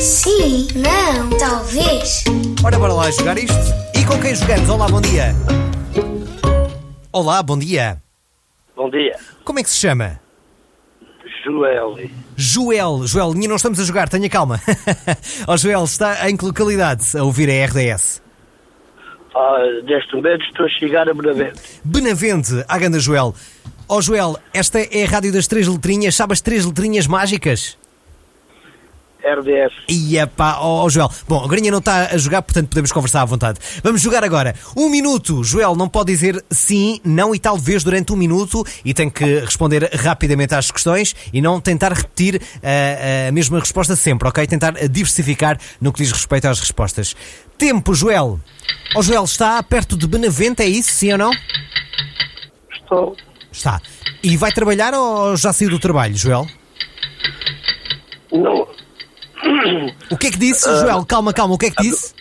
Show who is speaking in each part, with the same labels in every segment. Speaker 1: Sim, não, talvez.
Speaker 2: Ora, bora lá jogar isto. E com quem jogamos? Olá, bom dia. Olá, bom dia.
Speaker 3: Bom dia.
Speaker 2: Como é que se chama?
Speaker 3: Joel.
Speaker 2: Joel. Joel, não estamos a jogar, tenha calma. Ó Joel, está em que localidade a ouvir a RDS?
Speaker 3: Ah, neste momento estou a chegar a Benavente.
Speaker 2: Benavente, à ganda Joel. Ó Joel, esta é a rádio das três letrinhas, sabe as três letrinhas mágicas?
Speaker 3: RDS.
Speaker 2: Ia pá, ó ó, Joel. Bom, a Graninha não está a jogar, portanto podemos conversar à vontade. Vamos jogar agora. Um minuto. Joel não pode dizer sim, não e talvez durante um minuto e tem que responder rapidamente às questões e não tentar repetir ah, a mesma resposta sempre, ok? Tentar diversificar no que diz respeito às respostas. Tempo, Joel. Ó Joel, está perto de Benavente, é isso? Sim ou não?
Speaker 3: Estou.
Speaker 2: Está. E vai trabalhar ou já saiu do trabalho, Joel?
Speaker 3: Não.
Speaker 2: O que é que disse, Joel? Calma, calma, o que é que disse?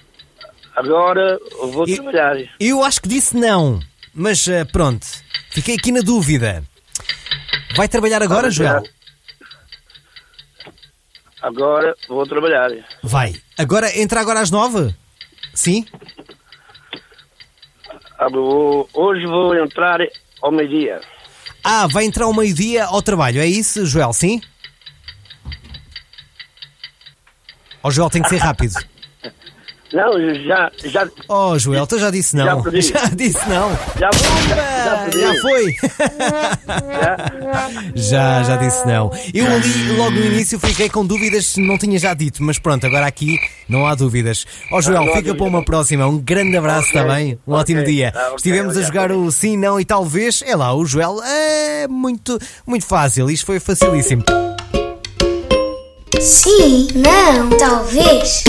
Speaker 3: Agora vou
Speaker 2: E-
Speaker 3: trabalhar.
Speaker 2: Eu acho que disse não, mas eh, pronto, fiquei aqui na dúvida. Vai trabalhar agora, Joel?
Speaker 3: Agora vou trabalhar.
Speaker 2: Vai. Agora entra agora às nove? Sim?
Speaker 3: Ah, vou- Hoje vou entrar ao meio-dia.
Speaker 2: Ah, vai entrar ao meio-dia ao trabalho, é isso, Joel? Sim? Oh, Joel, tem que ser rápido.
Speaker 3: Não, já, já,
Speaker 2: Oh, Joel, tu já disse não.
Speaker 3: Já perdi.
Speaker 2: disse não.
Speaker 3: já vou. Já,
Speaker 2: Ah,
Speaker 3: já,
Speaker 2: já foi. Já, já disse não. Eu
Speaker 3: Ah.
Speaker 2: ali, logo no início, fiquei com dúvidas se não tinha já dito, mas pronto, agora aqui não há dúvidas. Ó Joel,
Speaker 3: não há
Speaker 2: fica para
Speaker 3: dúvida.
Speaker 2: uma próxima. Um grande abraço
Speaker 3: Ok,
Speaker 2: também. Um
Speaker 3: ok.
Speaker 2: ótimo dia.
Speaker 3: Ah, ok,
Speaker 2: Estivemos a
Speaker 3: obrigado.
Speaker 2: jogar o sim, não e talvez. É lá, o Joel é muito, muito fácil. Isto foi facilíssimo.
Speaker 1: Sim, não, talvez.